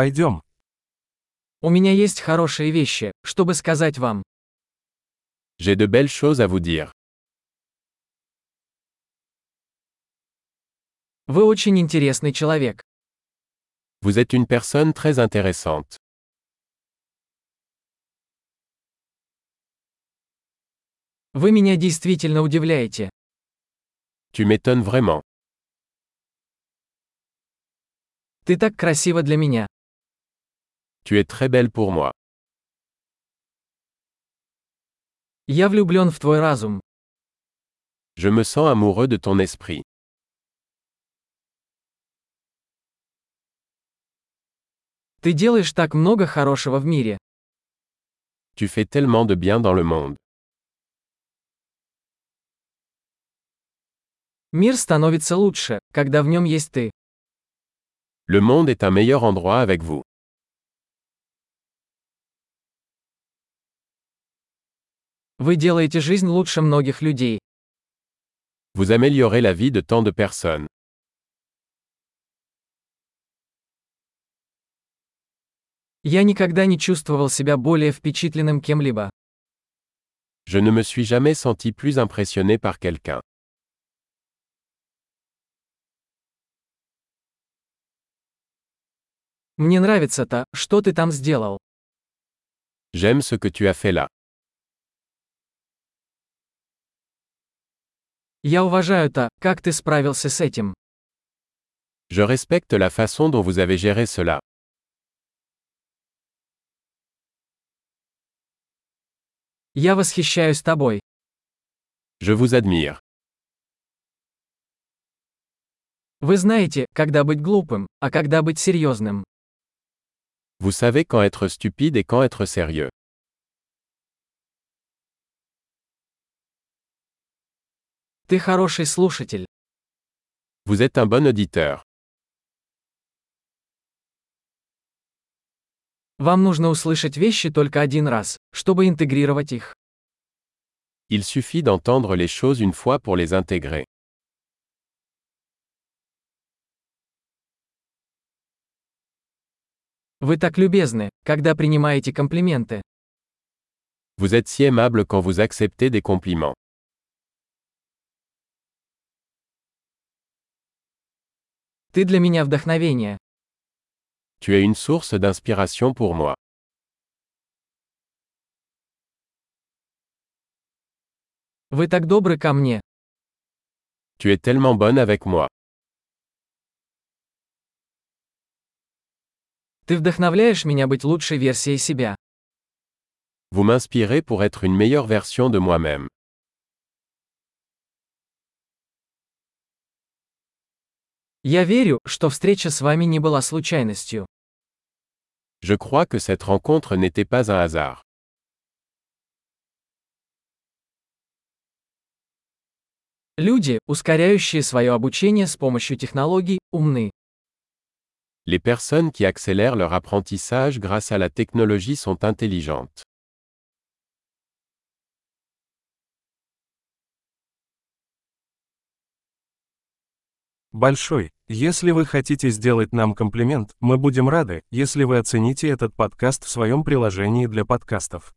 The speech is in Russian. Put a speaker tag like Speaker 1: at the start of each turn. Speaker 1: Пойдем.
Speaker 2: У меня есть хорошие вещи, чтобы сказать вам.
Speaker 3: J'ai de belles choses à vous dire.
Speaker 2: Вы очень интересный человек.
Speaker 3: Vous êtes une personne très intéressante.
Speaker 2: Вы меня действительно удивляете.
Speaker 3: Tu m'étonnes vraiment.
Speaker 2: Ты так красива для меня.
Speaker 3: Tu es très belle pour moi.
Speaker 2: Я влюблен в твой разум.
Speaker 3: Je me sens amoureux de ton esprit.
Speaker 2: Ты делаешь так много хорошего в мире.
Speaker 3: Tu fais tellement de bien dans le monde.
Speaker 2: Мир становится лучше, когда в нем есть ты.
Speaker 3: Le monde est un meilleur endroit avec vous.
Speaker 2: Вы делаете жизнь лучше многих людей.
Speaker 3: Vous améliorez la vie de tant de personnes.
Speaker 2: Я никогда не чувствовал себя более впечатленным кем-либо.
Speaker 3: Je ne me suis jamais senti plus impressionné par quelqu'un.
Speaker 2: Мне нравится то, что ты там сделал.
Speaker 3: J'aime ce que tu as fait là.
Speaker 2: Я уважаю то, как ты справился с этим.
Speaker 3: Je respecte la façon dont vous avez géré cela.
Speaker 2: Я восхищаюсь тобой.
Speaker 3: Je vous admire.
Speaker 2: Вы знаете, когда быть глупым, а когда быть серьезным.
Speaker 3: Vous savez quand être stupide et quand être sérieux.
Speaker 2: Ты хороший слушатель.
Speaker 3: Vous êtes un bon auditeur.
Speaker 2: Вам нужно услышать вещи только один раз, чтобы интегрировать их.
Speaker 3: Il suffit d'entendre les choses une fois pour les intégrer.
Speaker 2: Вы так любезны, когда принимаете комплименты.
Speaker 3: Vous êtes si aimable quand vous acceptez des compliments.
Speaker 2: Ты для меня вдохновение.
Speaker 3: Tu es une source d'inspiration pour moi.
Speaker 2: Вы так добры ко мне.
Speaker 3: Tu es tellement bonne avec moi.
Speaker 2: Ты вдохновляешь меня быть лучшей версией себя.
Speaker 3: Vous m'inspirez pour être une meilleure version de moi-même.
Speaker 2: Я верю, что встреча с вами не была случайностью.
Speaker 3: Je crois que cette rencontre n'était pas un hasard.
Speaker 2: Люди, ускоряющие свое обучение с помощью технологий, умны.
Speaker 3: Les personnes qui accélèrent leur apprentissage grâce à la technologie sont intelligentes.
Speaker 1: Большой. Если вы хотите сделать нам комплимент, мы будем рады, если вы оцените этот подкаст в своем приложении для подкастов.